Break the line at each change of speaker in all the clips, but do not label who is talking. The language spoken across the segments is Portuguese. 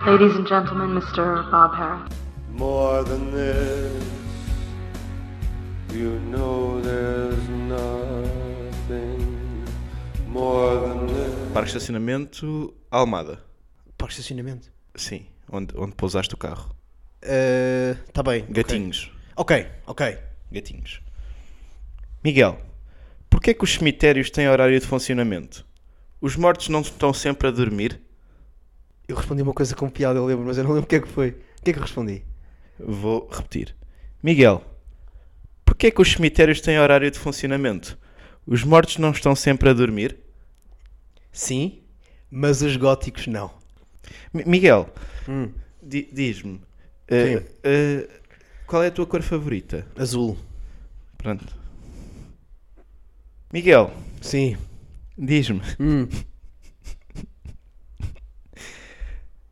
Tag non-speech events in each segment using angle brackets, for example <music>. Ladies and gentlemen, Mr. Bob Harris.
More than this, you know there's nothing more than this.
Parque de estacionamento Almada.
Parque de estacionamento.
Sim, onde, onde pousaste o carro.
Está Eh, tá bem. ok.
Gatinhos.
Ok, ok.
Gatinhos. Miguel, porquê é que os cemitérios têm horário de funcionamento? Os mortos não estão sempre a dormir?
Eu respondi uma coisa com piada, eu lembro, mas eu não lembro o que é que foi. O que é que eu respondi?
Vou repetir. Miguel, porquê é que os cemitérios têm horário de funcionamento? Os mortos não estão sempre a dormir?
Sim, mas os góticos não.
Mi- Miguel,
Hum.
di- diz-me, eh, eh, qual é a tua cor favorita?
Azul.
Pronto. Miguel,
Sim.
diz-me,
Hum.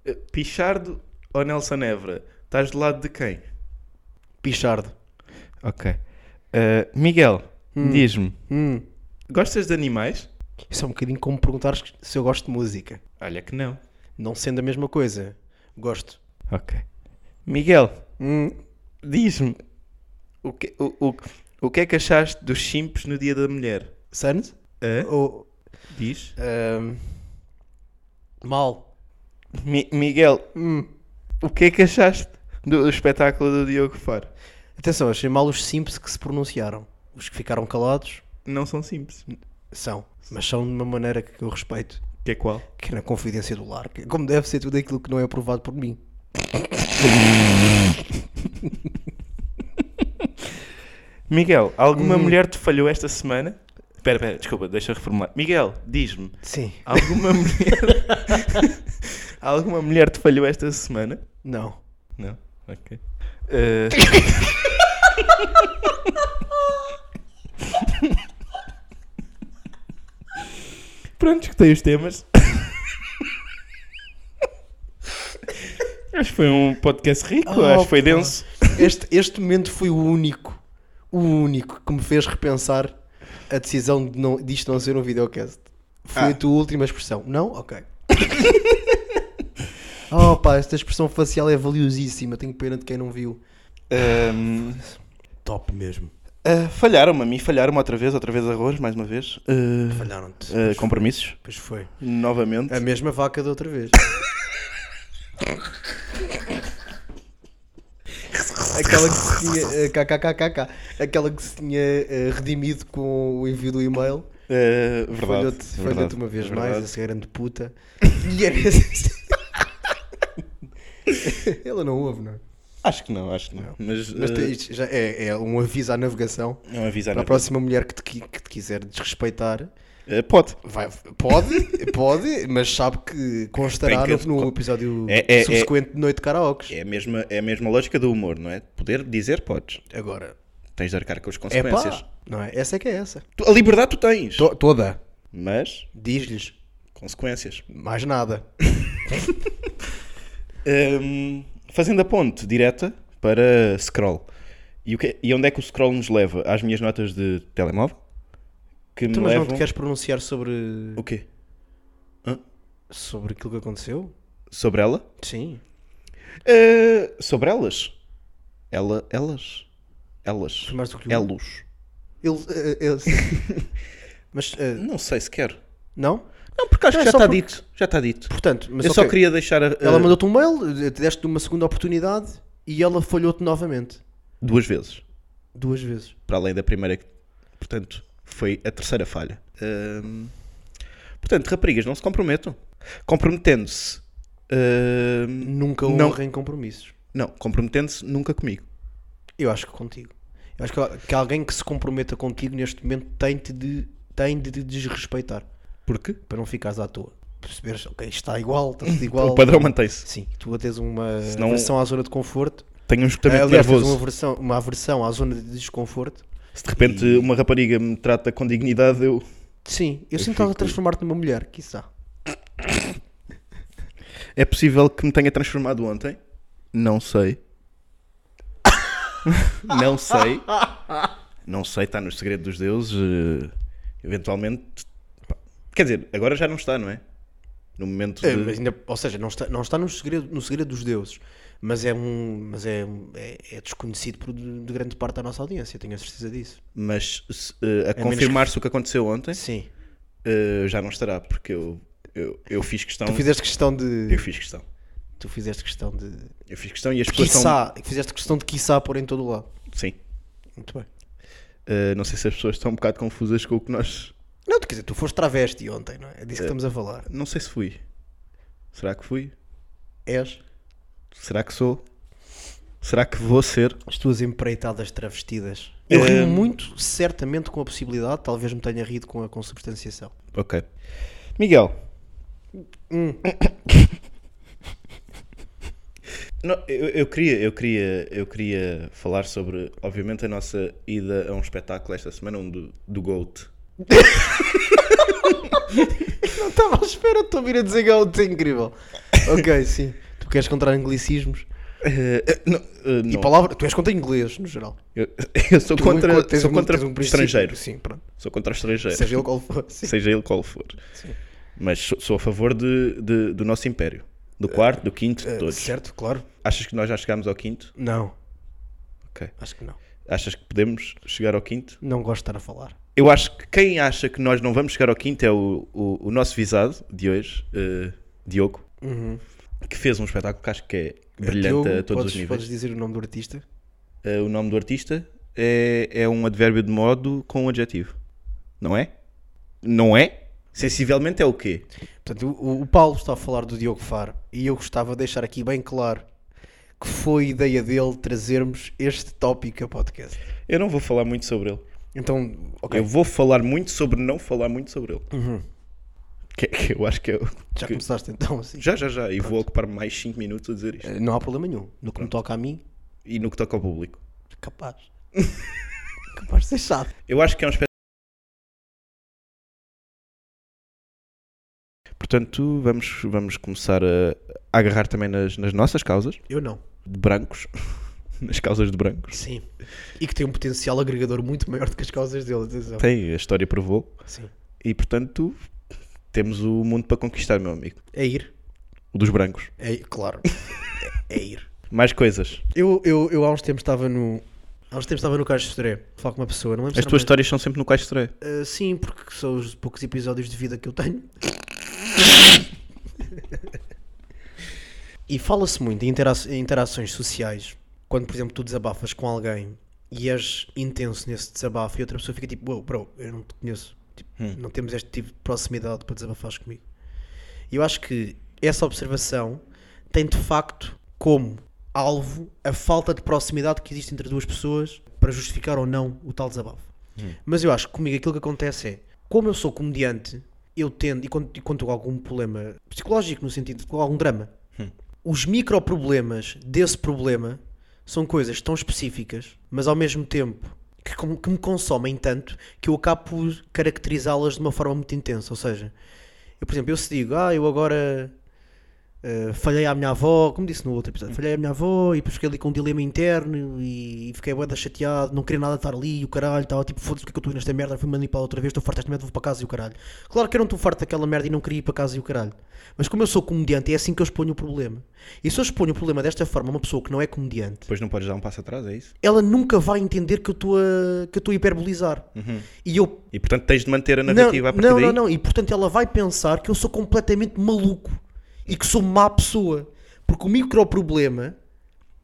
eh, Pichardo ou Nelson Évora? Estás do lado de quem?
Pichardo.
Ok. Eh, Miguel, diz-me,
Hum.
gostas de animais?
Isso é um bocadinho como perguntar se eu gosto de música.
Olha que não.
Não sendo a mesma coisa. Gosto.
Ok. Miguel,
Hum.
diz-me, o que, o, o, o que é que achaste dos simples no Dia da Mulher?
Sands?
Hã?
Ou.
Diz.
ahm, Mal.
Mi- Miguel,
Hum.
o que é que achaste do, do espetáculo do Diogo Faro?
Atenção, achei mal os simples que se pronunciaram. Os que ficaram calados
Não são simples.
são. Mas são de uma maneira que eu respeito.
Que é qual?
Que é na confidência do lar. que é Como deve ser tudo aquilo que não é aprovado por mim.
Miguel, alguma
Uhum.
mulher te falhou esta semana? Espera, espera, desculpa, deixa eu reformular. Miguel, diz-me,
Sim. <laughs>
alguma mulher... alguma mulher te falhou esta semana?
Não.
Não? Ok. Eh, <laughs> Pronto, escutei os temas. Acho que foi um podcast rico,
Oh,
acho que foi
pá.
denso.
Este, este momento foi o único, o único que me fez repensar a decisão de não, disto não ser um videocast. Foi a tua última expressão. Não? Ok. <laughs> oh pá, esta expressão facial é valiosíssima. Tenho pena de quem não viu.
Ahm,
Top mesmo.
ah, falharam-me a mim, falharam-me outra vez, outra vez arroz, mais uma vez. Ah,
Falharam-te.
ah, compromissos,
Pois foi.
novamente.
A mesma vaca da outra vez. Aquela que se tinha. eh, kkkk, Aquela que se tinha eh, redimido com o envio do e-mail.
Ah, verdade,
É, Falhou-te
verdade, é
falhou-te uma vez
verdade.
mais, essa grande puta. E é era esse- Ela não ouve, não é?
Acho que não, acho que não. Mas,
Mas
ah,
tu- isto já é, é um aviso à navegação.
não avisar
Para a
nada.
próxima mulher que te, qui- que te quiser desrespeitar,
Ah, pode.
vai- pode, pode, mas sabe que constará
Tem que-
no, no episódio
É- é-
subsequente de Noite de Karaokes.
É a, mesma, é a mesma lógica do humor, não é? Poder dizer, podes.
Agora,
Tens de arcar com as
é
consequências.
pá, não é? Essa é que é essa.
Tu- a liberdade tu tens,
toda.
mas
Diz-lhes,
consequências.
mais nada.
Hum, fazendo a ponte direta para scroll. E, o que- e onde é que o scroll nos leva? Às minhas notas de telemóvel? Que me
Tu, mas não
levam...
te queres pronunciar sobre,
O quê?
sobre aquilo que aconteceu?
Sobre ela?
Sim.
Ah, sobre elas? Ela, elas? Elas?
Foi mais do que um.
Elos?
Ele, eh, ele- <laughs> mas eh,
Não sei sequer.
não?
Não, porque acho
Não, é
que já
só
está
porque-
dito. Já está dito.
Portanto, mas
Eu
ok,
só queria deixar a,
ela
a-
mandou-te um mail, eh, te deste uma segunda oportunidade e ela falhou-te novamente.
duas vezes.
Duas vezes.
para além da primeira, que- portanto, foi a terceira falha. Ahm, portanto, raparigas, não se comprometam. Comprometendo-se. ahm,
Nunca
Não.
honrem compromissos.
não, comprometendo-se nunca comigo.
Eu acho que contigo. Eu acho que, que alguém que se comprometa contigo neste momento tem-te de, tem de te desrespeitar
Porque
para não ficares à toa. Perceberes, ok, isto está igual,
<laughs>
está tudo igual.
o padrão mantém-se.
Sim, tu tens uma
Senão-
aversão à zona de conforto. Ah,
Tenho um esgotamento
Aliás, tens uma
nervoso.
aversão, uma aversão à zona de desconforto.
Se de repente uma rapariga me trata com dignidade, eu.
Sim, eu, sinto ela a transformar-te numa mulher, quiçá.
É possível que me tenha transformado ontem? Não sei. <laughs> não sei. Não sei, está no segredo dos deuses. eh, Eventualmente. pá, Quer dizer, agora já não está, não é? No momento
É,
de-
mas ainda- ou seja, não está, não está no, segredo, no segredo dos deuses, mas é um, mas é, um- é, é desconhecido por de grande parte da nossa audiência, tenho a certeza disso.
Mas se, eh, a
É que-
confirmar-se o que aconteceu ontem,
Sim.
eh, já não estará, porque eu, eu, eu fiz questão.
Tu fizeste questão de.
Eu fiz questão.
Tu fizeste questão de.
Eu fiz questão e as pessoas estão.
Quiçá, fizeste questão de quiçá pôr em todo o lado.
Sim.
Muito bem.
Eh, não sei se as pessoas estão um bocado confusas com o que nós.
Não, quer dizer, tu foste travesti ontem, não é? É disso que estamos a falar.
Não sei se fui. Será que fui?
És
Será que sou? Será que vou ser?
as tuas empreitadas travestidas. Eu rio muito, certamente, com a possibilidade, talvez me tenha rido com a consubstanciação.
Ok. Miguel.
Hum.
<coughs> Não, eu, eu queria, eu, queria, eu queria falar sobre, obviamente, a nossa ida a um espetáculo esta semana, um do, do Goat.
<laughs>
<coughs>
Não estava à espera de te ouvir a dizer Goat, é incrível. <laughs> ok, sim. Tu queres contra anglicismos
Eh, eh, não, eh,
e
não.
palavras. Tu és contra inglês, no geral.
Eu, <laughs> eu sou
Tu
contra,
tens
sou
um-
contra
tens um princípio-
estrangeiro.
Sim, pronto.
Sou contra estrangeiro.
Seja ele qual for. Sim.
seja ele qual for.
Sim.
Mas sou, sou a favor de, de- do nosso império. Do quarto, do quinto, de
Eh,
todos.
certo, claro.
Achas que nós já chegámos ao quinto?
Não.
Ok.
Acho que não.
Achas que podemos chegar ao quinto?
Não gosto de estar a falar.
Eu acho que quem acha que nós não vamos chegar ao quinto é o, o, o nosso visado de hoje, eh, Diogo, que fez um espetáculo que acho que é brilhante
Uhum. Eh, Diogo,
a todos
podes,
os níveis.
Podes dizer o nome do artista?
Eh, o nome do artista é, é um advérbio de modo com um adjetivo. Não é? Não é? Sensivelmente é o quê?
Portanto, o, o Paulo está a falar do Diogo Faro e eu gostava de deixar aqui bem claro que foi ideia dele trazermos este tópico ao podcast.
Eu não vou falar muito sobre ele.
Então, ok, Uhum.
Eu vou falar muito sobre não falar muito sobre ele. Que, é que eu acho que eu.
já
que-
começaste então assim.
Já, já, já. E vou ocupar mais 5 minutos a dizer isto.
Eh, Não há problema nenhum. No que me toca a mim,
E no que toca ao público.
capaz. <laughs> capaz de ser chato.
Eu acho que é um espetáculo. Portanto, vamos, vamos começar a, a agarrar também nas, nas nossas causas
Eu não.
de brancos. <laughs> nas causas de brancos.
Sim. E que tem um potencial agregador muito maior do que as causas dele. Atenção.
Tem, a história provou.
Sim.
E portanto, temos o mundo para conquistar, meu amigo.
É ir.
O dos brancos.
É, ir,
<laughs>
claro. é, é ir.
Mais coisas.
Eu, eu, eu há uns tempos estava no. Há uns tempos estava no Caixa de Soré. Falar com uma pessoa, não lembro se
As
era
tuas
mais-
histórias são sempre no Caixa Estreia.
Uh, sim, porque são os poucos episódios de vida que eu tenho. e fala-se muito em, intera- em interações sociais, quando, por exemplo, tu desabafas com alguém e és intenso nesse desabafo e outra pessoa fica tipo, wow, bro, eu não te conheço. Tipo, Não temos este tipo de proximidade para desabafares comigo. E eu acho que essa observação tem de facto como alvo a falta de proximidade que existe entre duas pessoas para justificar ou não o tal desabafo. Mas eu acho que comigo aquilo que acontece é, como eu sou comediante, eu tendo, e quando, e quando estou com algum problema psicológico, no sentido de com algum drama, os microproblemas desse problema são coisas tão específicas, mas ao mesmo tempo que, com- que me consomem tanto que eu acabo por caracterizá-las de uma forma muito intensa. Ou seja, eu, por exemplo, eu se digo, ah, eu agora Uh, falhei à minha avó, como disse no outro episódio, falhei à minha avó e depois fiquei ali com um dilema interno e, e fiquei bué da chateado, não queria nada estar ali e o caralho, estava tipo, foda-se o que é que eu estou nesta merda, fui manipulado outra vez, estou farto desta merda, vou para casa e o caralho. Claro que eu não estou farto daquela merda e não queria ir para casa e o caralho. Mas como eu sou comediante, é assim que eu exponho o problema. E se eu exponho o problema desta forma a uma pessoa que não é comediante,
Depois não podes dar um passo atrás, é isso?
ela nunca vai entender que eu estou a, que eu estou a hiperbolizar. E eu
E portanto tens de manter a narrativa a partir
não,
daí.
não, não. E portanto ela vai pensar que eu sou completamente maluco e que sou má pessoa. Porque o microproblema,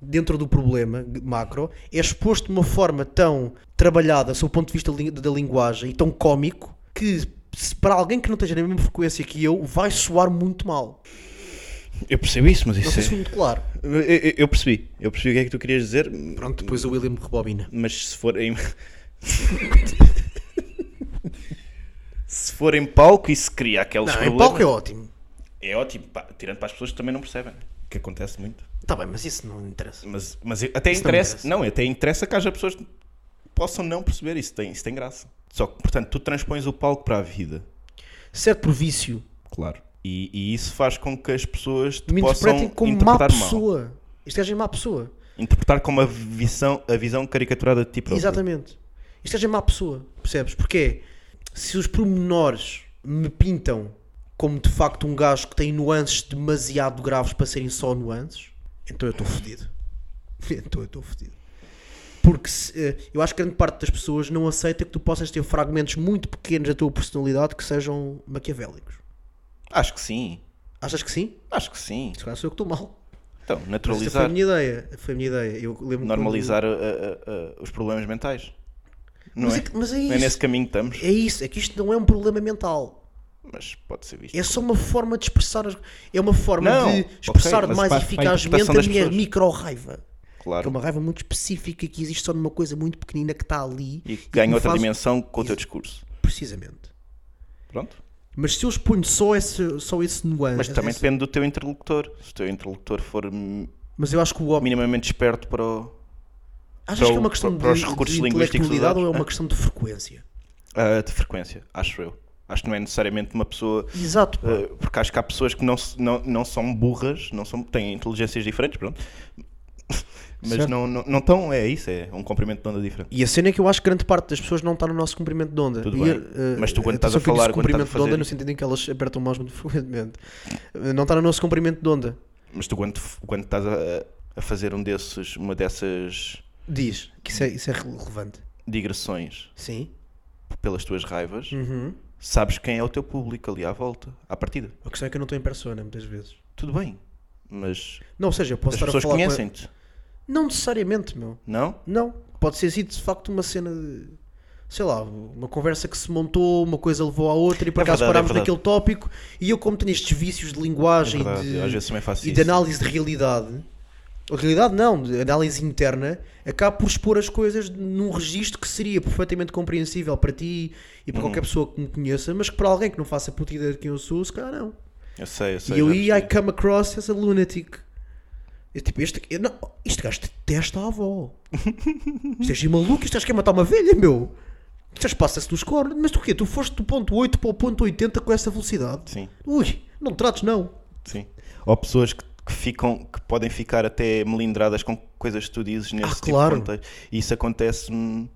dentro do problema macro, é exposto de uma forma tão trabalhada, sob o ponto de vista lin- da linguagem, e tão cómico, que se- para alguém que não esteja na mesma frequência que eu, vai soar muito mal.
Eu percebo isso, mas
Não
isso
sei
é...
se foi muito claro.
Eu- Eu, eu percebi. Eu percebi o que é que tu querias dizer,
Pronto, depois o William rebobina.
mas se for em. <laughs> se for em palco, isso cria aqueles
Não, em
problemas.
palco é ótimo.
é... ótimo, pá, tirando para as pessoas que também não percebem. Que acontece muito.
Está Tá bem, mas isso não interessa.
Mas, mas eu- até
Isso não
interessa.
interessa.
Não, até interessa que haja pessoas que possam não perceber. Isso tem, isso tem graça. Só que, portanto, tu transpões o palco para a vida.
Certo por vício,
Claro. E, e isso faz com que as pessoas te
me
possam
interpretem como má
interpretar mal.
pessoa. Este gajo é má pessoa.
Interpretar como a visão, a visão caricaturada de ti próprio.
Exatamente. Isto é má pessoa, percebes? Porque é, se os pormenores me pintam como de facto um gajo que tem nuances demasiado graves para serem só nuances, então eu estou fodido. <laughs> Então eu estou fodido. Porque se, eh, eu acho que grande parte das pessoas não aceita que tu possas ter fragmentos muito pequenos da tua personalidade que sejam maquiavélicos.
Acho que sim.
Achas que sim?
Acho que sim.
Se calhar sou eu que estou mal.
Então,
Mas tipo, essa foi
naturalizar,
a minha ideia. Foi a minha ideia. Eu lembro
normalizar a- a- a- os problemas mentais. Não
Mas
é?
é que- mas é
não é
isso.
nesse caminho que estamos,
É isso, é que isto não é um problema mental.
mas pode ser visto.
É só uma forma de expressar. as- É uma forma
Não,
de
ok,
expressar
mas
mais
para- para a
eficazmente
interpretação
a
das
minha
pessoas.
micro-raiva. Que é
Claro.
uma raiva muito específica que existe só numa coisa muito pequenina que está ali.
E
que
que ganha
me
outra
faz-
dimensão com o teu discurso.
Precisamente.
Pronto.
Mas se eu exponho só esse, só esse nuance.
Mas também
esse-
depende do teu interlocutor. Se o teu interlocutor for hum,
Mas eu acho que o homem.
minimamente esperto para o.
Achas
para
que é
o-
uma questão
para os
de,
recursos
de
linguísticos
intelectualidade
usados,
ou é uma
é?
questão de frequência?
Ah, de frequência, acho eu. Acho que não é necessariamente uma pessoa.
Exato. pá.
ah, porque acho que há pessoas que não, se- não, não são burras, não são, têm inteligências diferentes, pronto. <laughs> Mas
Certo.
não, não, não tão, é isso, é um comprimento de onda diferente.
E a cena é que eu acho que grande parte das pessoas não está no nosso comprimento de onda.
Tudo
E,
bem.
eh,
Mas tu, quando estás
atenção
a
que eu disse
falar, quando
comprimento
estás a
de onda
fazer
no
isso.
sentido em que elas apertam mais muito <laughs> frequentemente. Eh, Não está no nosso comprimento de onda.
Mas tu, quando, quando estás a, a fazer um desses, uma dessas
Diz que isso é, isso é relevante.
digressões
Sim.
pelas tuas raivas,
Uhum.
sabes quem é o teu público ali à volta, à partida.
A questão é que eu não estou em persona muitas vezes.
Tudo bem, mas
Não, ou seja, eu posso
as
estar a
pessoas
falar. com a-
conhecem-te,
Não necessariamente, meu.
não?
Não. Pode ser sido de facto uma cena de. Sei lá, uma conversa que se montou, uma coisa levou à outra e
É
por acaso
verdade, é
parámos
verdade.
naquele tópico. E eu, como tenho estes vícios de
É
linguagem
verdade,
de-
eu às vezes também faço
e de
isso.
análise de realidade, ou realidade não, de análise interna, acabo por expor as coisas num registro que seria perfeitamente compreensível para ti e
Uhum.
para qualquer pessoa que me conheça, mas que para alguém que não faça puta ideia de quem eu sou, se calhar não.
Eu sei, eu sei.
E eu
já
aí
percebi.
I come across as a lunatic. Eu, tipo, este, eu não, este gajo detesta
<laughs>
a avó. Isto é maluco, este gajo quer matar uma velha, meu. Este gajo passa-se dos cornos. Mas tu o quê? Tu foste do ponto 8 para o ponto 80 com essa velocidade?
Sim.
Ui, não te trates não.
Sim. Ou pessoas que, que ficam, que podem ficar até melindradas com coisas que tu dizes nesse tipo
Ah, claro.
de contexto. E isso acontece-me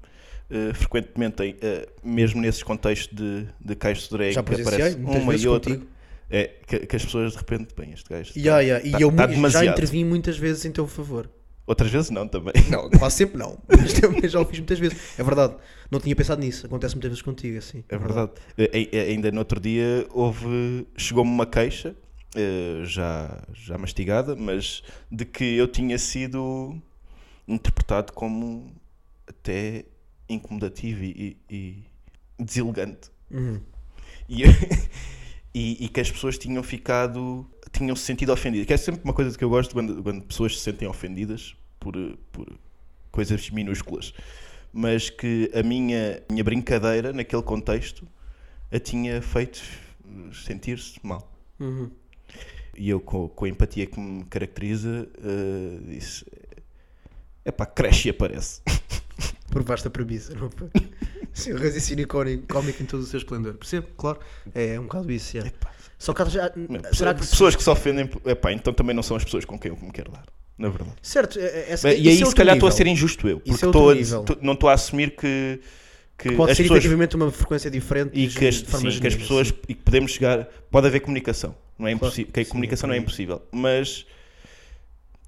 eh, frequentemente, em, eh, mesmo nesses contextos de, de caixas de orelha,
Já
que
presenciei
aparece
muitas
uma
vezes
e outra.
contigo.
É, que, que as pessoas de repente, bem, este gajo.
Ya, ya, E
tá-
eu
tá
mu- já
demasiado.
intervim muitas vezes em teu favor.
Outras vezes não também.
Não, quase sempre não. <laughs> Mas também já o fiz muitas vezes. É verdade. Não tinha pensado nisso. Acontece muitas vezes contigo, assim.
É verdade. Eh, eh, Ainda no outro dia houve. chegou-me uma queixa, eh, já, já mastigada, mas de que eu tinha sido interpretado como até incomodativo e, e- e deselegante.
Uhum.
E, <laughs> e- e que as pessoas tinham ficado. tinham se sentido ofendidas. Que é sempre uma coisa que eu gosto quando, quando pessoas se sentem ofendidas por, por coisas minúsculas. Mas que a minha, minha brincadeira, naquele contexto, a tinha feito sentir-se mal.
Uhum.
E eu, com, com a empatia que me caracteriza, eh, disse: é pá, cresce e aparece.
Por vasta premissa, não
<laughs>
foi? Sim, o raciocínio icónico, cómico em todo o seu esplendor. Percebo, claro. É, é um bocado isso, é. Só que, já, será que...
pessoas que se ofendem, é pá, então também não são as pessoas com quem eu me quero dar, na verdade.
Certo, é- é- essa-
Bem, e aí,
isso é
se calhar,
outro
estou a ser
nível.
injusto eu, porque
Isso é outro
estou a-
nível.
tu- não estou a assumir que, que
Pode
as
ser
pessoas.
efetivamente uma frequência diferente
E
de-
que as,
de forma
sim, que as
genérica,
pessoas.
sim.
E que podemos chegar. Pode haver comunicação, não é
Claro,
impossível. Que a
sim,
comunicação
é
não é
por aí.
impossível, mas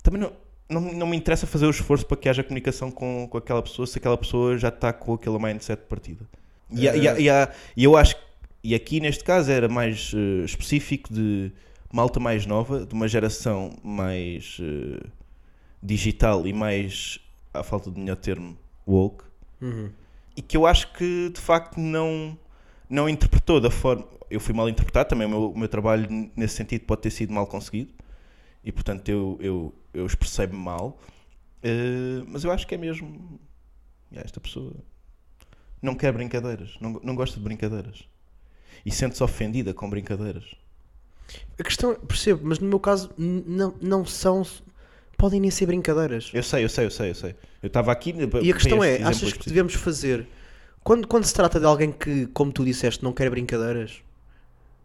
também não. Não, não me interessa fazer o esforço para que haja comunicação com, com aquela pessoa se aquela pessoa já está com aquele mindset de partida. E, há- e há- e há- e eu acho que- e aqui neste caso era mais eh, específico de malta mais nova, de uma geração mais eh, digital e mais, à falta de melhor termo, woke,
Uhum.
e que eu acho que de facto não, não interpretou da forma. Eu fui mal interpretado também, o meu, o meu trabalho n- nesse sentido pode ter sido mal conseguido e portanto eu, eu, eu expressei-me mal, eh, mas eu acho que é mesmo. "Ya, esta pessoa não quer brincadeiras, não, não gosta de brincadeiras e sente-se ofendida com brincadeiras.
A questão, percebo, mas no meu caso, n- não, não são... Podem nem ser brincadeiras.
Eu sei, eu sei, eu sei, eu sei. Eu estava aqui. né,
E a questão é, achas que devemos fazer quando, quando se trata de alguém que, como tu disseste, não quer brincadeiras,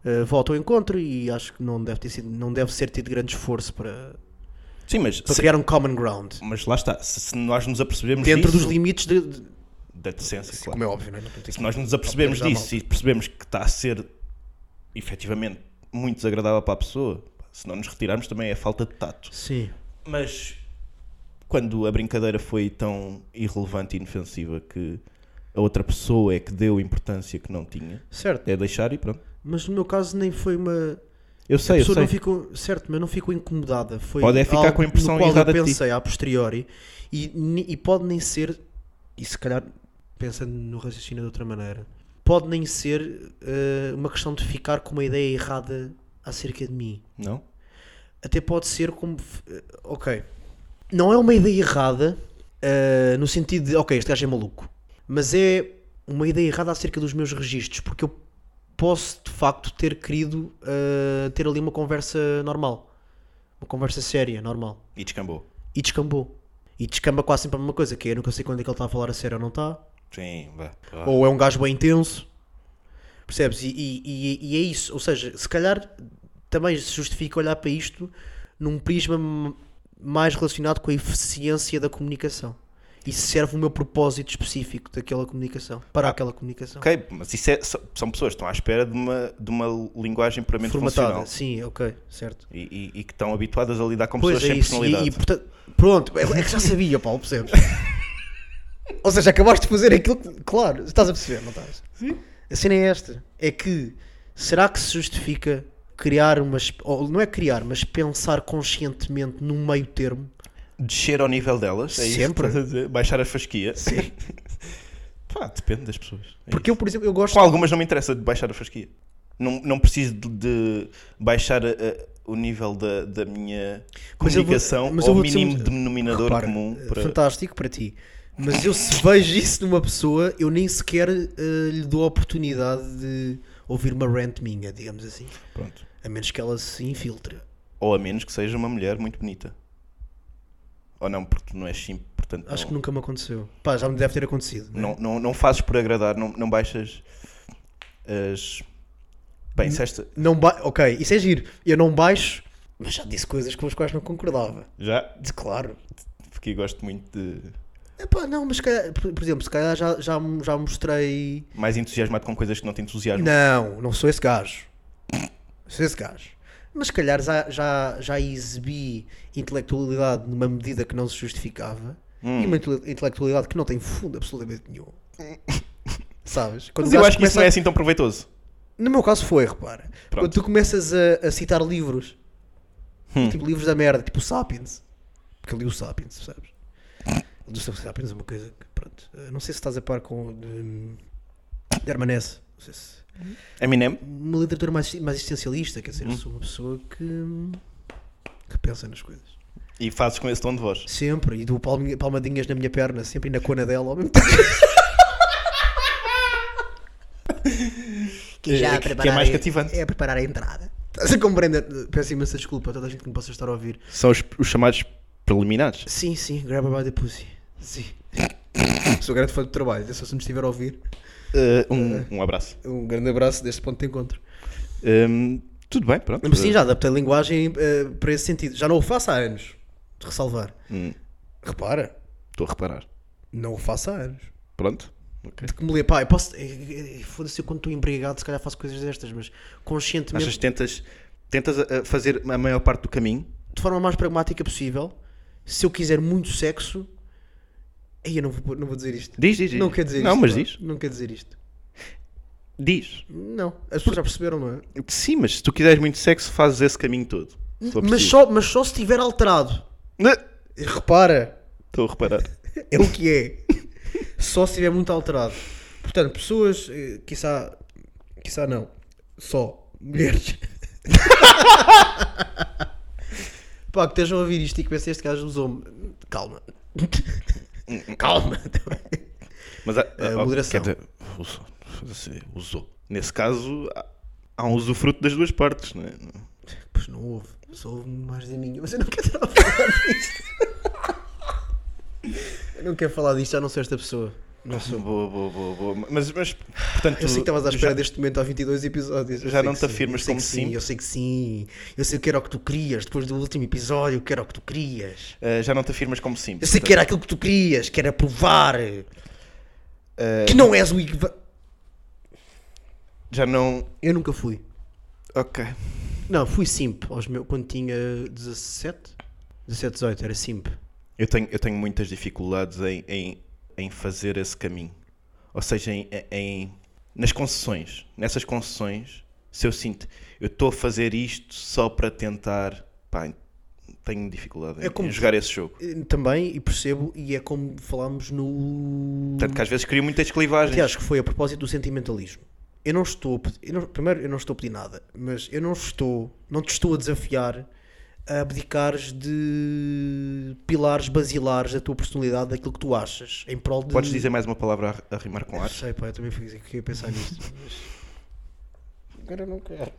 eh, volta ao encontro e acho que não deve ter sido, não deve ser tido grande esforço para,
Sim, mas,
para
se-
criar um common ground
mas lá está. Se, se nós nos apercebemos
dentro
disso,
dos limites de, de-
da decência, claro.
como é óbvio, não é? Não tem que-
se nós nos apercebemos
Não podemos dar
disso e percebemos que está a ser efetivamente muito desagradável para a pessoa, se não nos retirarmos também é falta de tato.
Sim.
Mas quando a brincadeira foi tão irrelevante e inofensiva que a outra pessoa é que deu importância que não tinha,
Certo.
é deixar e pronto.
Mas no meu caso nem foi uma.
Eu
a
sei, eu
pessoa
sei.
não ficou. Certo, mas não ficou incomodada. Foi
Pode é ficar
algo
com a impressão
no qual
errada de
eu
ti.
pensei a posteriori e, ni- e pode nem ser. E se calhar pensando no raciocínio de outra maneira, pode nem ser eh, uma questão de ficar com uma ideia errada acerca de mim.
Não?
até pode ser como. eh, Ok. Não é uma ideia errada eh, no sentido de, ok, este gajo é maluco. Mas é uma ideia errada acerca dos meus registros, porque eu posso de facto ter querido eh, ter ali uma conversa normal. Uma conversa séria, normal.
E descambou.
E descambou. E descamba quase sempre a mesma coisa, que é eu nunca sei quando é que ele está a falar a sério ou não está
Sim, vá. vá.
ou é um gajo bem intenso, percebes? E, e- e- e é isso, ou seja, se calhar também se justifica olhar para isto num prisma m- mais relacionado com a eficiência da comunicação. Isso serve o meu propósito específico daquela comunicação, para aquela comunicação.
Ah, Ok, mas isso é- são são pessoas que estão à espera de uma, de uma linguagem puramente
Formatada,
funcional.
sim, ok, certo.
E, e- e que estão habituadas a lidar com
Pois
pessoas
é
sem
isso, e,
personalidade.
e, portanto, pronto, é, é que já sabia, Paulo,
<laughs>
percebes? Ou seja, acabaste de fazer aquilo que, claro, estás a perceber, não estás? Sim. A cena é esta, é que será que se justifica criar umas, ou não é criar, mas pensar conscientemente num meio termo?
Descer ao nível delas, é isso que <laughs>
Sempre.
estás a dizer? Baixar a fasquia.
Sim.
<laughs> Pá, depende das pessoas. É
Porque eu, por exemplo, eu gosto...
Com algumas não me interessa de baixar a fasquia. Não, não preciso de, de baixar a- a- o nível da, da minha
Mas eu vou-
comunicação
mas eu
ao
vou dizer
mínimo
uma-
é denominador
Repara,
comum.
eh,
Para...
Fantástico para ti. Mas eu se vejo isso numa pessoa, eu nem sequer eh, lhe dou a oportunidade de ouvir uma rant minha, digamos assim.
Pronto.
A menos que ela se infiltre.
Ou a menos que seja uma mulher muito bonita. Ou não, porque tu não és sim, portanto.
Acho que
não,
nunca me aconteceu. Pá, já me deve ter acontecido. né?
não, não, não fazes por agradar, não, não baixas as.
Hum.
Bem, se esta.
Não ba... Ok, isso é giro. Eu não baixo, mas já disse coisas com as quais não concordava.
Já,
De claro.
porque eu gosto muito de.
Epá, não, mas se calhar, por, por exemplo, se calhar já, já, mo- já mostrei.
Mais entusiasmado com coisas que Ah, não te entusiasmo.
Não, não sou esse gajo. Sou esse gajo. Mas se calhar já, já, já exibi intelectualidade numa medida que não se justificava
Hum.
e uma intele- intelectualidade que não tem fundo absolutamente
<laughs>
nenhum. Sabes? Quando
Mas
o
eu
gajo
acho que isso não é
começa-
assim tão proveitoso.
No meu caso foi, repara.
Pronto.
Quando tu começas a, a citar livros, tipo livros da merda, tipo o Sapiens, porque eu li o Sapiens, percebes? O do Sapiens é uma coisa que, pronto, eh, não sei se estás a par com o de, de Hermanesse, não sei se-
Eminem?
uma literatura mais, mais existencialista, quer dizer, eu sou uma pessoa que, que pensa nas coisas.
E fazes com esse tom de voz.
Sempre, e dou palmi- palmadinhas na minha perna, sempre e na cona dela ao mesmo tempo.
<laughs> Que já É, que- que é preparar mais a- cativante.
É preparar a entrada. Estás a compreender? Peço imensa desculpa a toda a gente que me possa estar a ouvir.
São os, os chamados preliminares.
Sim, sim, grab her by the pussy. Sim. <laughs> Sou grande fã do trabalho, atenção se me estiver a ouvir.
Eh, um, um abraço.
Um grande abraço deste ponto de encontro.
Hum, tudo bem, pronto.
Mas sim, já adaptei a linguagem eh, para esse sentido. Já não o faço há anos. De ressalvar.
Hum.
Repara,
Estou a reparar.
não o faço há anos.
Pronto. Ok.
De que me lê, pá, eu posso. eh, eh, eh, Foda-se, eu quando estou embriagado, se calhar faço coisas destas, mas conscientemente,
Achas que tentas, tentas a- a fazer a maior parte do caminho?
de forma mais pragmática possível, se eu quiser muito sexo. Aí eu não vou, não vou dizer isto.
Diz, diz, diz.
Não quer dizer
Não,
isto.
mas
pá.
diz.
Não quer dizer isto.
Diz.
Não, as pessoas já perceberam, não é?
Sim, mas se tu quiseres muito sexo, fazes esse caminho todo. se for
Mas
preciso.
só, mas só se estiver alterado.
Né?
Repara,
Estou a reparar.
é o que é. <laughs> só se estiver muito alterado. Portanto, pessoas, eh, quiçá, quiçá não, só mulheres. <laughs> Pá, que estejam a ouvir isto e que pensem este gajo usou-me. Calma. <laughs> <laughs> Calma.
Mas há,
É,
há-
moderação.
quer dizer, usou, foda-se, usou. Nesse caso, há, há um usufruto das duas partes, não é?
Pois não houve. Só houve um mais da minha. Mas eu não quero estar a falar disto. <laughs> eu não quero falar disto, já não sou esta pessoa. Não sou.
Boa, boa, boa, boa. Mas, mas portanto,
Eu sei que estavas à espera
já-
deste momento há 22 episódios. Eu
já
sei
não
que
te
sim,
afirmas
eu sei
como
que sim.
simp?
Eu sei que sim. Eu sei que era o que tu querias. Depois do último episódio, eu que era o que tu querias.
eh, já não te afirmas como sim.
Eu sei que era aquilo que tu querias, que era provar
Eh,
que não és o equivalente.
Já não.
Eu nunca fui.
Ok.
Não, fui simp aos meus, quando tinha 17, 17, 18, era simp.
Eu tenho, eu tenho muitas dificuldades em, em, em fazer esse caminho. Ou seja, em, em- nas concessões. Nessas concessões, se eu sinto, eu estou a fazer isto só para tentar. Pá, tenho dificuldade em,
É como
em jogar esse jogo.
Eh, Também, e percebo, e é como falámos no.
Portanto, que às vezes crio muitas clivagens.
Até acho que foi a propósito do sentimentalismo. Eu não estou a pedir, eu não- primeiro eu não estou a pedir nada, mas eu não estou, não te estou a desafiar a abdicares de pilares basilares da tua personalidade, daquilo que tu achas, em prol de.
Podes dizer mais uma palavra a, a rimar com
Eu
ar?
Sei, pá, eu também fui que ia pensar nisto.
<laughs>
mas- Agora não quero.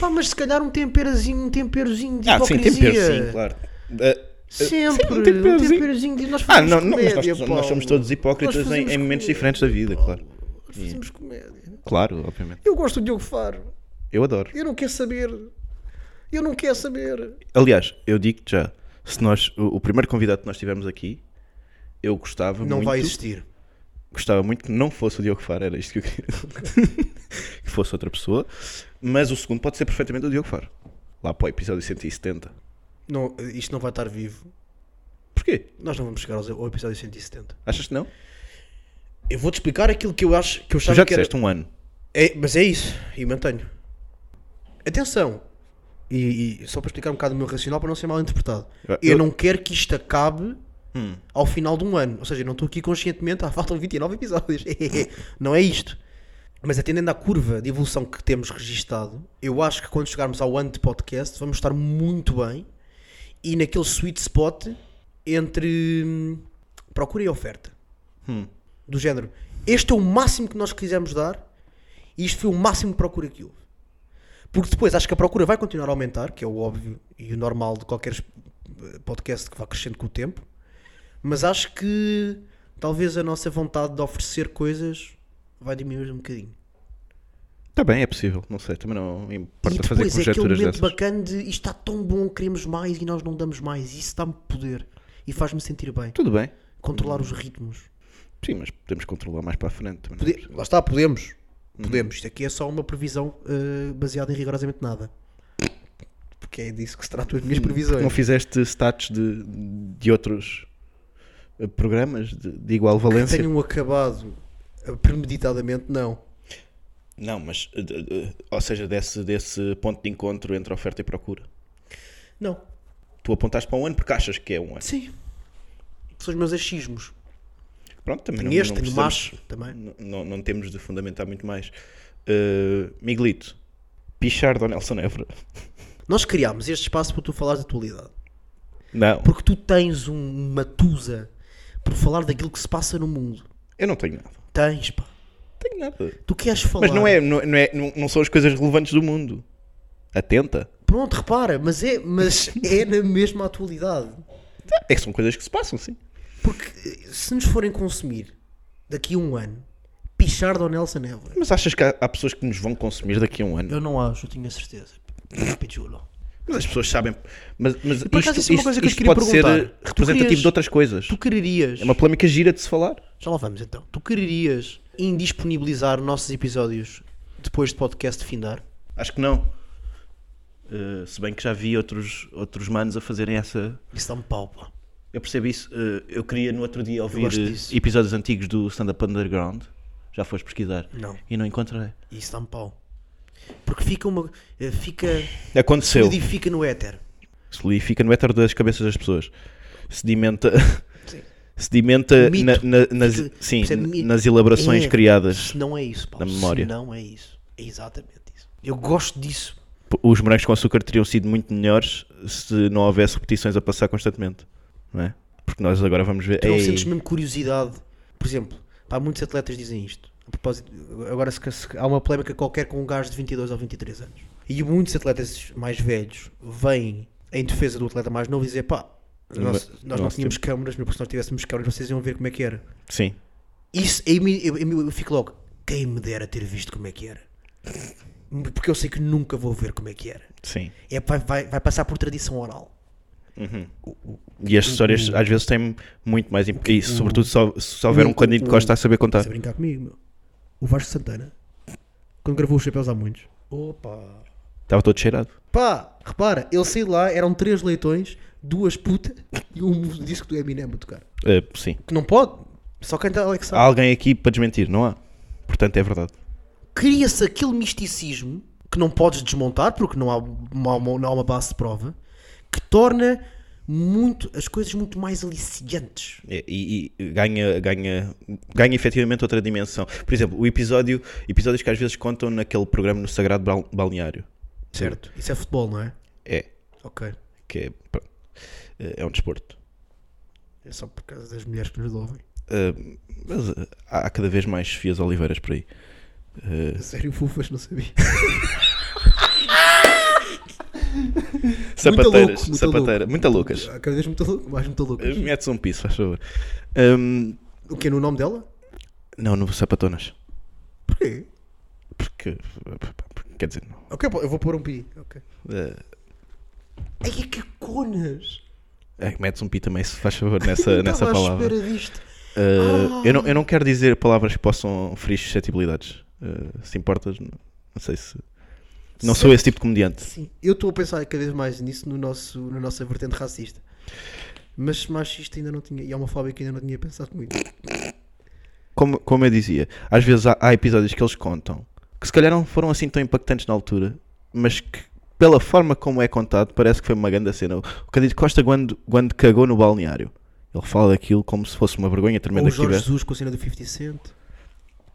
pá, mas se calhar um temperazinho, um temperozinho de
Ah, sim,
hipocrisia.
tempero, sim, claro. Eh,
Sempre,
Sim, um
um
temperozinho.
temperozinho. de nós
ah,
fazemos
não, não, mas nós,
comédia, Paulo.
nós somos todos hipócritas
Nós
em- em,
fazemos
momentos
comédia,
diferentes da vida,
Paulo.
claro.
Nós fazemos comédia.
Claro, obviamente.
Eu gosto do Diogo Faro.
Eu adoro.
Eu não quero saber. Eu não quero saber.
Aliás, eu digo-te já, se nós, o, o primeiro convidado que nós tivemos aqui, eu gostava
Não
muito,
vai existir.
gostava muito que não fosse o Diogo Faro, era isto que eu queria,
<laughs>
que fosse outra pessoa, mas o segundo pode ser perfeitamente o Diogo Faro, lá para o episódio 170.
Não, isto não vai estar vivo.
Porquê?
Nós não vamos chegar aos- ao episódio 170.
Achas que não?
Eu vou-te explicar aquilo que eu acho que eu
Tu
achava
já
que era-
disseste um ano.
É, mas é isso, e mantenho. Atenção, e, e só para explicar um bocado o meu racional para não ser mal interpretado.
Eu-
Eu, não quero que isto acabe ao final de um ano. Ou seja, eu não estou aqui conscientemente, ah, faltam 29 episódios. <laughs> não é isto. Mas atendendo à curva de evolução que temos registado, eu acho que quando chegarmos ao ano de podcast vamos estar muito bem e naquele sweet spot entre hum, procura e oferta. Do género, este é o máximo que nós quisemos dar e isto foi o máximo de procura que houve. Porque depois acho que a procura vai continuar a aumentar, que é o óbvio e o normal de qualquer eh, podcast que vá crescendo com o tempo. Mas acho que talvez a nossa vontade de oferecer coisas vai diminuir um bocadinho.
Está bem, é possível, não sei, também não importa
e
fazer
depois é aquele
conjecturas
momento
dessas.
bacana de isto está tão bom, queremos mais e nós não damos mais. Isso dá-me poder e faz-me sentir bem.
Tudo bem,
Controlar os ritmos.
sim, mas podemos controlar mais para a frente. também não é
Lá está, podemos. Podemos. Isto aqui é só uma previsão eh, baseada em rigorosamente nada. Porque é disso que se tratam as minhas previsões.
Hum, Não fizeste status de, de outros eh, programas de, de igual valência?
tenham acabado eh, premeditadamente, não.
Não, mas, eh, de- de- ou seja, desse, desse ponto de encontro entre oferta e procura.
Não.
Tu apontaste para um ano porque achas que é um ano.
Sim. São os meus achismos.
Pronto, também
Tenho
não,
este,
não
tenho
precisamos-
macho também.
n- Não, não temos de fundamentar muito mais. Eh, Miguelito, Pichar ou Nelson Évora?
Nós criámos este espaço para tu falares da atualidade.
Não,
Porque tu tens um- uma tusa por falar daquilo que se passa no mundo.
eu não tenho nada.
Tens, pá.
Tenho nada.
Tu queres falar.
Mas não, é, não, não é, não, não são as coisas relevantes do mundo. Atenta.
Pronto, repara, mas
<laughs>
é, mas é na mesma atualidade.
É que são coisas que se passam, sim.
Porque eh, se nos forem consumir daqui a um ano, Pichardo ou Nelson Évora?
Mas achas que há, há pessoas que nos vão consumir daqui a um ano?
Eu não acho, eu tinha certeza. Pichulo.
Mas as pessoas sabem. Mas, mas isto,
por acaso isso é uma
isto-
coisa que eu
isto
queria
pode ser
perguntar.
eh,
Tu
representativo
querias-
de outras coisas.
Tu quererias.
É uma polémica gira de se falar.
Já lá vamos então. Tu quererias indisponibilizar nossos episódios depois de podcast findar?
Acho que não. Eh, se bem que já vi outros, outros manos a fazerem essa.
Isso dá-me pau, pá.
Eu percebo isso. Eh, eu queria no outro dia ouvir
gosto
eh,
disso.
episódios antigos do Stand Up Underground. Já foste pesquisar.
Não.
E não encontrei.
Isso dá-me pau. Porque fica uma. eh, Fica.
Aconteceu.
Solidifica no éter.
Solidifica no éter das cabeças das pessoas. Sedimenta. <laughs> Sedimenta
Um Mito.
na- na- nas,
Fica-
sim,
percebe? Mi-
nas elaborações
É.
criadas.
Se não é isso, pá.
Na memória.
Se não é isso. É exatamente isso. Eu gosto disso.
os morangos com açúcar teriam sido muito melhores se não houvesse repetições a passar constantemente, não é? Porque nós agora vamos ver.
Tu não
Ei,
sentes mesmo curiosidade. Por exemplo, pá, muitos atletas dizem isto. A propósito, agora se, se- há uma polémica qualquer com um gajo de 22 ou 23 anos. E muitos atletas mais velhos vêm em defesa do atleta mais novo e dizer pá,
No
nós,
meu-
nós não
nosso
tínhamos câmaras, meu, porque se nós tivéssemos câmaras vocês iam ver como é que era.
Sim,
Isso, aí me- eu, eu, eu fico logo, quem me dera ter visto como é que era. <laughs> Porque eu sei que nunca vou ver como é que era.
sim.
É, vai, vai, vai passar por tradição oral.
E as histórias
Uhum.
às vezes têm muito mais impacto. E sobretudo só- se houver um
o-
candido que
o-
gosta a saber contar.
Estás a brincar comigo, meu. O Vasco Santana quando gravou os chapéus há muitos. Opa!
Estava todo cheirado.
Pá, repara, ele saiu de lá, eram três leitões, duas putas e um disco do Eminem a tocar.
Eh, sim.
Que não pode, só quem tá é está Alex
Há alguém aqui para desmentir, não há? Portanto, é verdade.
Cria-se aquele misticismo que não podes desmontar porque não há, não há uma, não há uma base de prova que torna muito, as coisas muito mais aliciantes.
É, E, e ganha, ganha, ganha efetivamente outra dimensão. Por exemplo, o episódio, episódios que às vezes contam naquele programa no Sagrado Bal- Balneário.
Certo. Isso é futebol, não é?
É,
Ok.
que é, pronto, é um desporto.
É só por causa das mulheres que nos ouvem.
Ah, mas ah, há cada vez mais Fias Oliveiras por aí.
A sério, fufas, não sabia.
Sapateiras,
louco, muito
sapateira, muita loucas.
Há cada vez muito louco, mais muito louco.
Metes um piso, faz favor. Ahm,
O que é no nome dela?
não, no Sapatonas.
Porquê?
Porque, quer dizer, não.
Ok, pô, eu vou pôr um pi. Ok.
Ah,
Ai, é que conas!
É, que metes um pi também, se faz favor,
<laughs>
nessa, nessa
Estava à
palavra.
espera disto.
Uh, eu, não, eu não
Ah.
quero dizer palavras que possam ferir suscetibilidades. Uh, se importas, não, não sei se. Não sou esse tipo de comediante.
Sim, eu estou a pensar cada vez mais nisso no nosso, na nossa vertente racista. Mas machista ainda não tinha, e homofóbico ainda não tinha pensado muito.
Como, como eu dizia, às vezes há, há episódios que eles contam que se calhar não foram assim tão impactantes na altura, mas que pela forma como é contado parece que foi uma grande cena. O Cândido Costa, quando, quando cagou no balneário, ele fala daquilo como se fosse uma vergonha
Ou
tremenda
o
que
Jorge
tivesse.
Jesus com a cena do 50 Cent.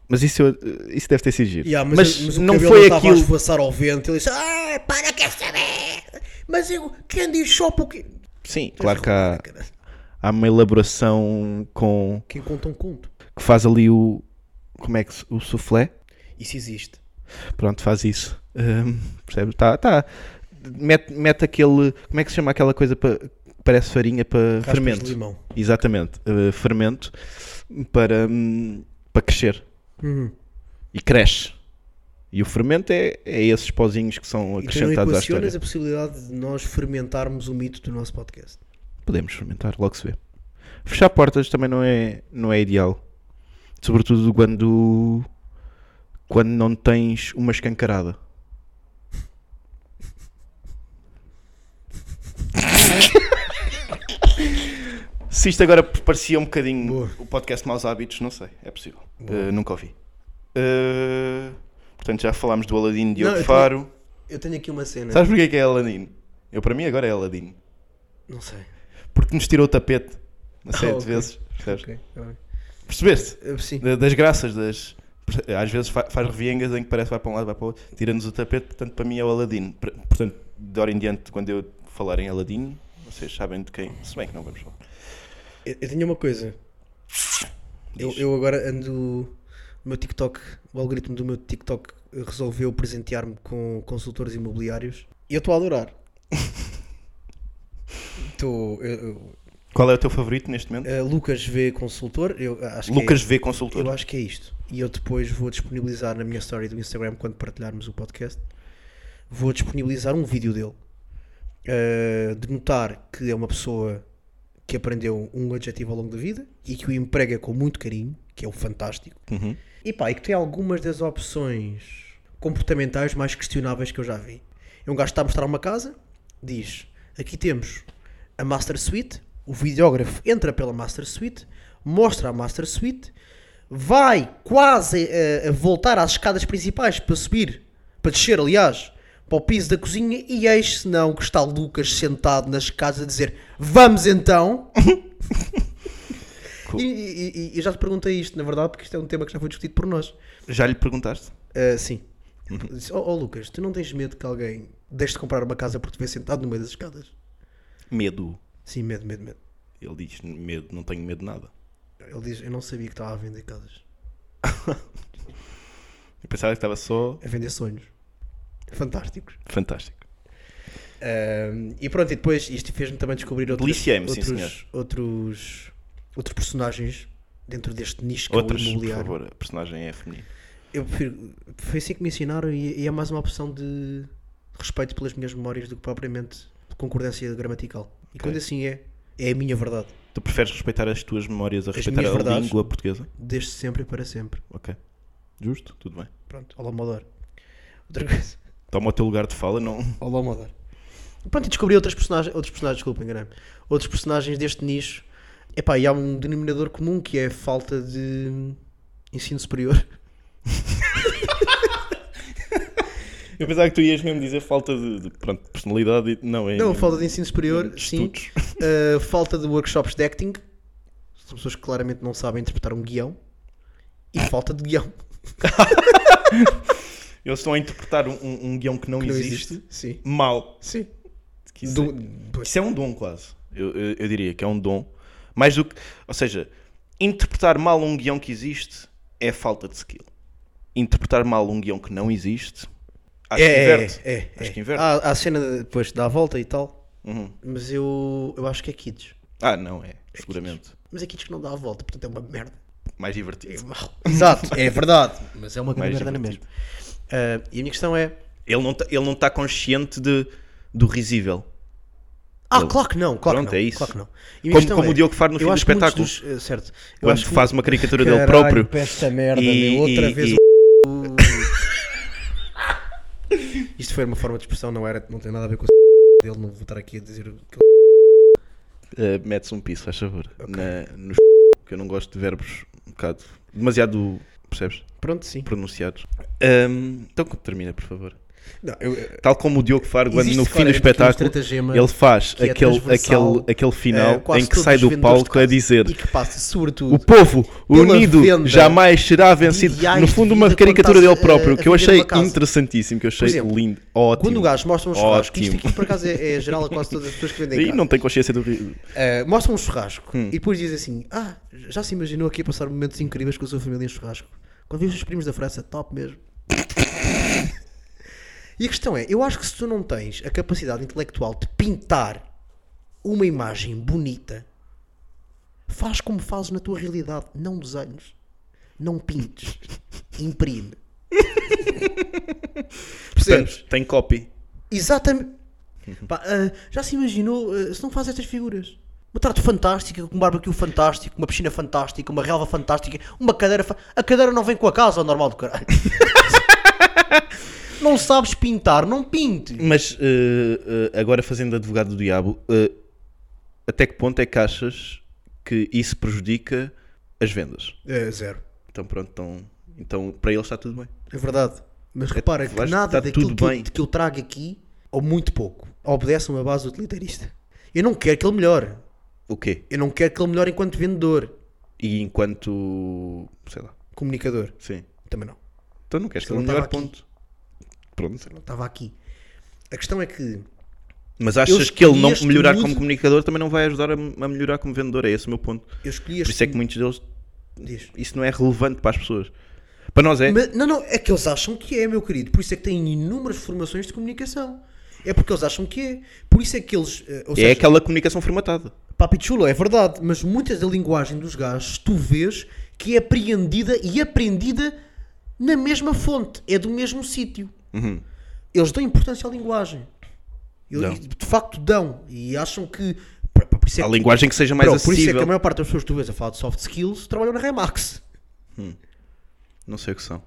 Mas isso, eu- isso deve ter sido giro.
Yeah, mas
mas
mas o
não
cabelo
foi
estava a
aquilo.
esvoaçar ao vento. Ele disse: Ah, para, quer saber? Mas eu, quem diz shop o que.
Sim, claro que há,
é.
há uma elaboração com
Quem conta um conto.
que faz ali o como é que se- o soufflé
Isso existe.
pronto faz isso Ahm, percebe tá tá mete, mete aquele como é que se chama aquela coisa para parece farinha para
Raspas de
fermento
limão.
exatamente Uh, fermento para hum, para crescer
Uhum.
e cresce e o fermento é, é esses pozinhos que são
E tu não
acrescentados à história
equacionas a possibilidade de nós fermentarmos o mito do nosso podcast.
podemos fermentar logo se vê fechar portas também não é não é ideal sobretudo quando quando não tens uma escancarada <laughs> Se isto agora parecia um bocadinho
Boa.
o podcast Maus Hábitos, não sei, é possível. Eh, nunca ouvi. Eh, portanto, já falámos do Aladino de
Não,
Diogo
eu
Faro.
Eu tenho aqui uma cena.
Sabes porquê que é Aladino? Eu, para mim, agora é Aladino.
Não sei.
Porque nos tirou o tapete uma série
Ah,
de
<laughs> ok.
vezes. percebes?
Ok, tá bem.
Percebeste?
Eh, Sim.
Da- Das graças, das. Às vezes fa- faz reviengas em que parece que vai para um lado, vai para o outro, tira-nos o tapete, portanto, para mim é o Aladino. Pre- Portanto, de hora em diante, quando eu falar em Aladino, vocês sabem de quem. Se bem que não vamos falar.
Eu, eu tenho uma coisa. Eu, eu agora ando. O meu TikTok, o algoritmo do meu TikTok resolveu presentear-me com consultores imobiliários e eu estou
<laughs>
a adorar. Estou. eu- eu-
Qual é o teu favorito neste momento?
eh, Lucas V Consultor, eu acho que
Lucas V
é, Eu
Consultor.
acho que é isto. E eu depois vou disponibilizar na minha story do Instagram quando partilharmos o podcast. Vou disponibilizar um vídeo dele. eh, de notar que é uma pessoa que aprendeu um adjetivo ao longo da vida e que o emprega com muito carinho, que é o fantástico.
Uhum.
E pá, e que tem algumas das opções comportamentais mais questionáveis que eu já vi. É um gajo que está a mostrar uma casa, diz: aqui temos a Master Suite. O videógrafo entra pela Master Suite, mostra a Master Suite, vai quase eh, a, voltar às escadas principais para subir, para descer, aliás, para o piso da cozinha. E eis se não que está Lucas sentado nas escadas a dizer: Vamos então! E, e- e- e eu já te perguntei isto, na verdade, porque isto é um tema que já foi discutido por nós.
Já lhe perguntaste?
Ah, sim. Disse, oh, oh, Lucas, tu não tens medo que alguém deixe de comprar uma casa porque te vê sentado no meio das escadas?
Medo.
Sim, medo, medo, medo.
Ele diz: medo, não tenho medo de nada.
Ele diz, eu não sabia que estava a vender casas.
Eu pensava que estava só
A vender sonhos. Fantásticos.
fantástico.
Ahm, e pronto, e depois isto fez-me também descobrir outros,
Deliciei-me, sim,
outros,
senhor.
outros, outros personagens dentro deste nicho que
Outros,
é o
por
imobiliário.
favor, a personagem é feminina.
Eu prefiro- Foi assim que me ensinaram e, e é mais uma opção de respeito pelas minhas memórias do que propriamente de concordância gramatical. E quando assim é, é a minha verdade.
Tu preferes respeitar as tuas memórias a respeitar a
minhas verdades.
língua portuguesa?
Desde sempre e para sempre.
Ok. Justo, tudo bem.
Pronto, olá Modor. Outra coisa.
Toma o teu lugar de fala, não.
Olá, Mother. Pronto, e descobri outras personagens, outros personagens, desculpa, enganei Outros personagens deste nicho. Epá, e há um denominador comum que é a falta de ensino superior.
<laughs> Eu pensava que tu ias mesmo dizer falta de, de, pronto, de personalidade. e- Não, é.
Não, falta de ensino superior, sim. <laughs>
Estudos.
Uh, falta de workshops de acting. São pessoas que claramente não sabem interpretar um guião. E
Ah,
falta de guião.
Eles estão a interpretar um, um- um guião que não,
que não
existe,
existe. Sim.
mal.
Sim.
Que isso,
Do-
é,
do-
isso é um dom, quase. Eu, eu- eu diria que é um dom. Mais do que. Ou seja, interpretar mal um guião que existe é falta de skill. Interpretar mal um guião que não existe. Acho que
é,
inverte.
é, é.
Acho que inverte.
Há, há a cena de- depois dá a volta e tal.
Uhum.
Mas eu, eu acho que é kids.
Ah, não, é. Seguramente.
Mas é kids que não dá a volta, portanto é uma merda.
Mais divertido.
mau. Exato, é verdade. Mas é uma grande
Mais
merda na mesma.
divertido.
Ah, e a minha questão é.
Ele não está consciente de, do risível.
Ah,
Ele-
claro que não, claro
Pronto,
que não.
é isso.
Claro que não. E a minha
Como-
questão é,
como o Diogo Faro no
eu
fim do
acho que muitos
espetáculo.
dos- eh, certo. Eu
Quando
acho que
faz uma caricatura dele
Caralho,
próprio.
pá, esta merda,
e-
meu, outra
e-
vez
e-
<laughs> Isto foi uma forma de expressão, não era, não tem nada a ver com o <laughs> dele, não vou estar aqui a dizer o que
Uh, metes um piso, faz favor. Na, no que eu não gosto de verbos um bocado demasiado, percebes?
Pronto, sim.
Pronunciados. Ahm, então termina, por favor.
Não, eu, eu-
Tal como o Diogo Faro, quando
Existe
no fim do
claramente um
espetáculo,
estratagema
ele faz
que é
aquele,
transversal,
aquele, aquele
eh,
final
quase
em que
todos
sai
os
do
vendedores
palco
de
a
casa.
dizer
E que passa, sobretudo.
o povo
Pela
unido
venda
jamais será vencido.
de reais
No
de
fundo, uma
vida
caricatura
quando
dele
estás a-
próprio,
a
que eu
vender
achei
uma casa.
interessantíssimo, que eu achei
exemplo,
lindo, ótimo.
Quando o gajo mostra um churrasco, isto
Ótimo.
aqui por acaso é, é geral a quase todas as pessoas que vendem
E
carne.
não Hum. tem consciência do ri-
Uh, mostra um churrasco e depois diz assim: Ah, já se imaginou aqui a passar momentos incríveis com a sua família em churrasco? Quando vi os seus primos da França, top mesmo. e a questão é: eu acho que se tu não tens a capacidade intelectual de pintar uma imagem bonita, faz como fazes na tua realidade. Não desenhes, não pintes,
<laughs>
imprime. Percebes?
Portanto, tem copy.
Exatamente. Pá, ah, já se imaginou ah, se não faz estas figuras? Uma tarde fantástica, com um barbecue fantástico, uma piscina fantástica, uma relva fantástica, uma cadeira. fa- A cadeira não vem com a casa, ao normal do caralho. <laughs> não sabes pintar, não pinte.
Mas eh, eh, agora fazendo de advogado do diabo, eh, até que ponto é que achas que isso prejudica as vendas?
É zero.
Então pronto, então, então para eles está tudo bem.
É verdade. Mas repara que
vais-
nada
tá
daquilo
tudo
que eu-
bem.
que eu trago aqui, ou muito pouco, obedece a uma base utilitarista. Eu não quero que ele melhore.
O quê?
Eu não quero que ele melhore enquanto vendedor,
E enquanto, sei lá,
comunicador.
sim.
Também não.
Então não queres ter
Isto
o
não
melhor
estava aqui.
ponto. Pronto.
Não estava aqui. A questão é que
Mas achas
escolhi
que ele não
este
melhorar
mudo-
como comunicador também não vai ajudar a, a melhorar como vendedor? É esse o meu ponto.
eu escolhi
Por
este tipo
isso é que muitos deles,
Diz.
isso não é relevante para as pessoas. Para nós é.
Mas- não, não, é que eles acham que é, meu querido. Por isso é que têm inúmeras formações de comunicação. É porque eles acham que é. Por isso é que eles. eh, Ou
É
seja,
aquela comunicação formatada.
papichula, é verdade. Mas muitas da linguagem dos gajos tu vês que é apreendida e aprendida na mesma fonte. É do mesmo sítio. Eles dão importância à linguagem. Eu-
Uhum. Dão.
De facto, dão. E acham que. por- por isso é
A
que-
linguagem que seja mais
Bro, Por isso é
acessível.
que a maior parte das pessoas que tu vês a falar de soft skills trabalham na Remax.
Não sei o que são.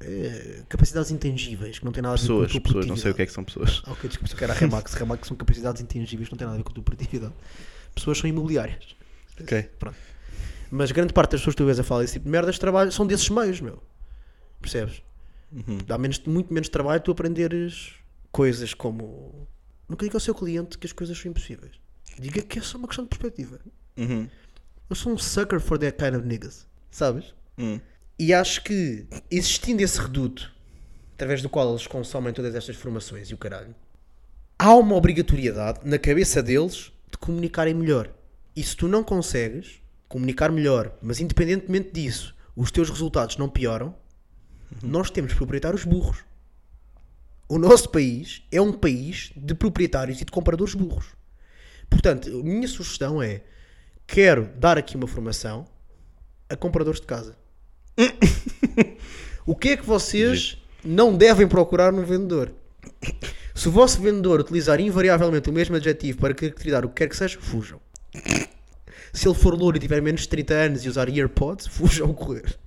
eh, Capacidades intangíveis, que não tem nada a ver
Pessoas,
com a tua
pessoas, não sei o que é que são
<laughs>
pessoas.
Ah, ok, desculpa, que era Remax. Remax são capacidades intangíveis, não tem nada a ver com a tua produtividade. Pessoas são imobiliárias.
Ok.
Pronto. Mas grande parte das pessoas que tu vês a falar desse tipo de merdas trabalham, são desses meios, meu. Percebes? Dá menos, muito menos trabalho tu aprenderes coisas como. Nunca diga ao seu cliente que as coisas são impossíveis. Diga que é só uma questão de perspectiva. Eu sou um sucker for that kind of niggas. Sabes? E acho que existindo esse reduto através do qual eles consomem todas estas formações e o caralho, há uma obrigatoriedade na cabeça deles de comunicarem melhor. E se tu não consegues comunicar melhor, mas independentemente disso, os teus resultados não pioram, nós temos proprietários burros. O nosso país é um país de proprietários e de compradores burros. Portanto, a minha sugestão é: quero dar aqui uma formação a compradores
<laughs>
de casa. o que é que vocês não devem procurar num vendedor? Se o vosso vendedor utilizar invariavelmente o mesmo adjetivo para caracterizar o que quer que seja, fujam. Se ele for louro e tiver menos de 30 anos e usar earpods, fujam correr. <laughs>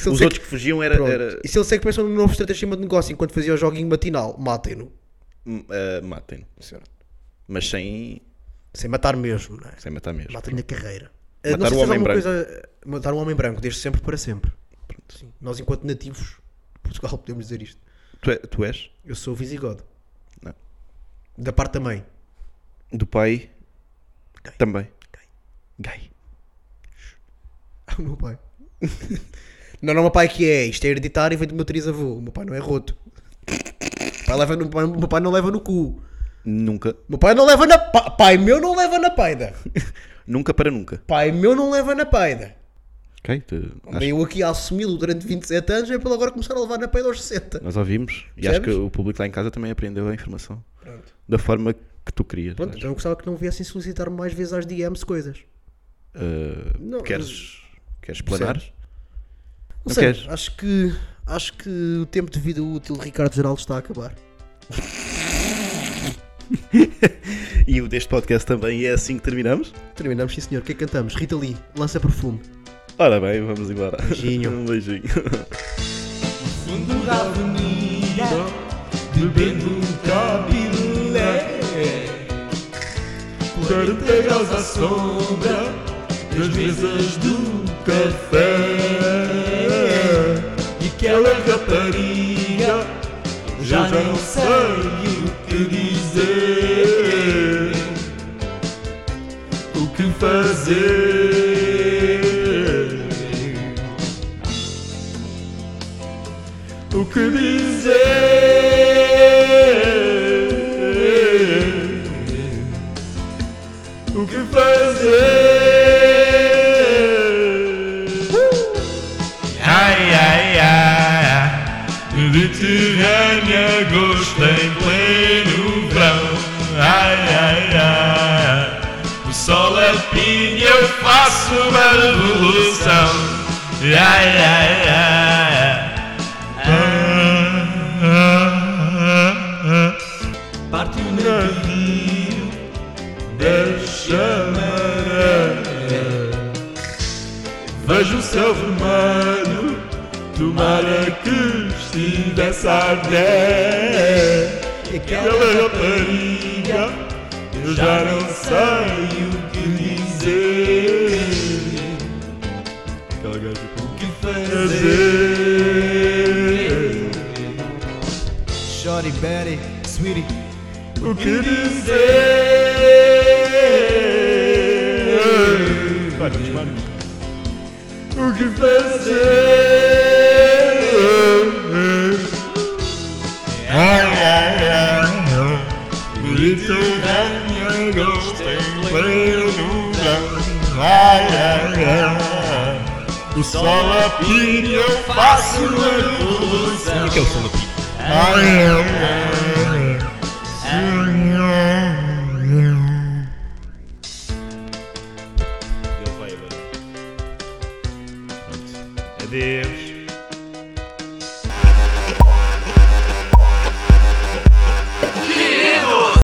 se
Os
ele então sei
outros que fugiam era.
Pronto.
era-
E se ele segue pensando num novo estratagema de negócio enquanto fazia o joguinho matinal, matem-no.
Hum,
eh,
ah, Matem-no. Mas sem,
Sem matar mesmo, não é?
sem matar mesmo.
Matem na carreira. Eh,
Matar
não sei
um
se tens
homem
alguma
branco.
Coisa... Matar um homem branco, desde sempre para sempre. Sim. Nós, enquanto nativos de Portugal, <laughs> podemos dizer isto.
Tu, é- tu és?
Eu sou visigodo.
Não.
Da parte da mãe. <laughs>
Do pai?
Gay.
Também. Gay.
Ah, o
<laughs>
meu pai. não, não, o meu pai que é. Isto é hereditário e vem do meu trisavô. O meu pai não é roto. O pai leva no- o pai- o meu pai não leva no cu.
Nunca.
O meu pai não leva na. pa- Pai meu não leva na paida.
Nunca para nunca.
Pai meu não leva na paida.
Ok? Tu- acho-
Andei eu aqui a assumi-lo durante 27 anos, é pelo agora começar a levar na peida aos 60.
Nós ouvimos. E acho
Percebes?
que o público lá em casa também aprendeu a informação.
Pronto.
Da forma que tu querias. é?
Pronto,
acho.
então eu gostava que não viessem solicitar me mais vezes às DMs coisas.
Ah,
Não,
queres, queres planar?
Não,
Não
sei,
queres?
acho que acho que o tempo de vida útil de Ricardo Geraldo está a acabar.
E o deste podcast também é assim que terminamos?
Terminamos, sim senhor. O que é que cantamos? Rita Lee, lança perfume.
Ora bem, vamos embora.
Beijinho.
<laughs> Um beijinho.
fundo da avenida, bebendo um cabilé. Quartegas à sombra das mesas do café. E aquela rapariga já não sei o que dizer, o que fazer. o que dizer, o que fazer. Ai, ai, ai, de tirânia gosto em pleno verão. Ai, ai, ai, o sol apinha, eu faço uma revolução. Ai, ai, ai. Partiu o navio da chamaré Vejo o céu vermelho Tomara que estivesse a arder E aquela rapariga Eu já não sei o que dizer o que fazer? Shorty, Betty, Sweetie, o que dizer? O que fazer? Ai, ai, ai, Bonito ganha, gosto em pleno verão. Ai, ai, ai, O solapino eu faço uma revolução. O que é o solapino? Ai, é um ai, ai. Ele vai agora. Pronto. Adeus.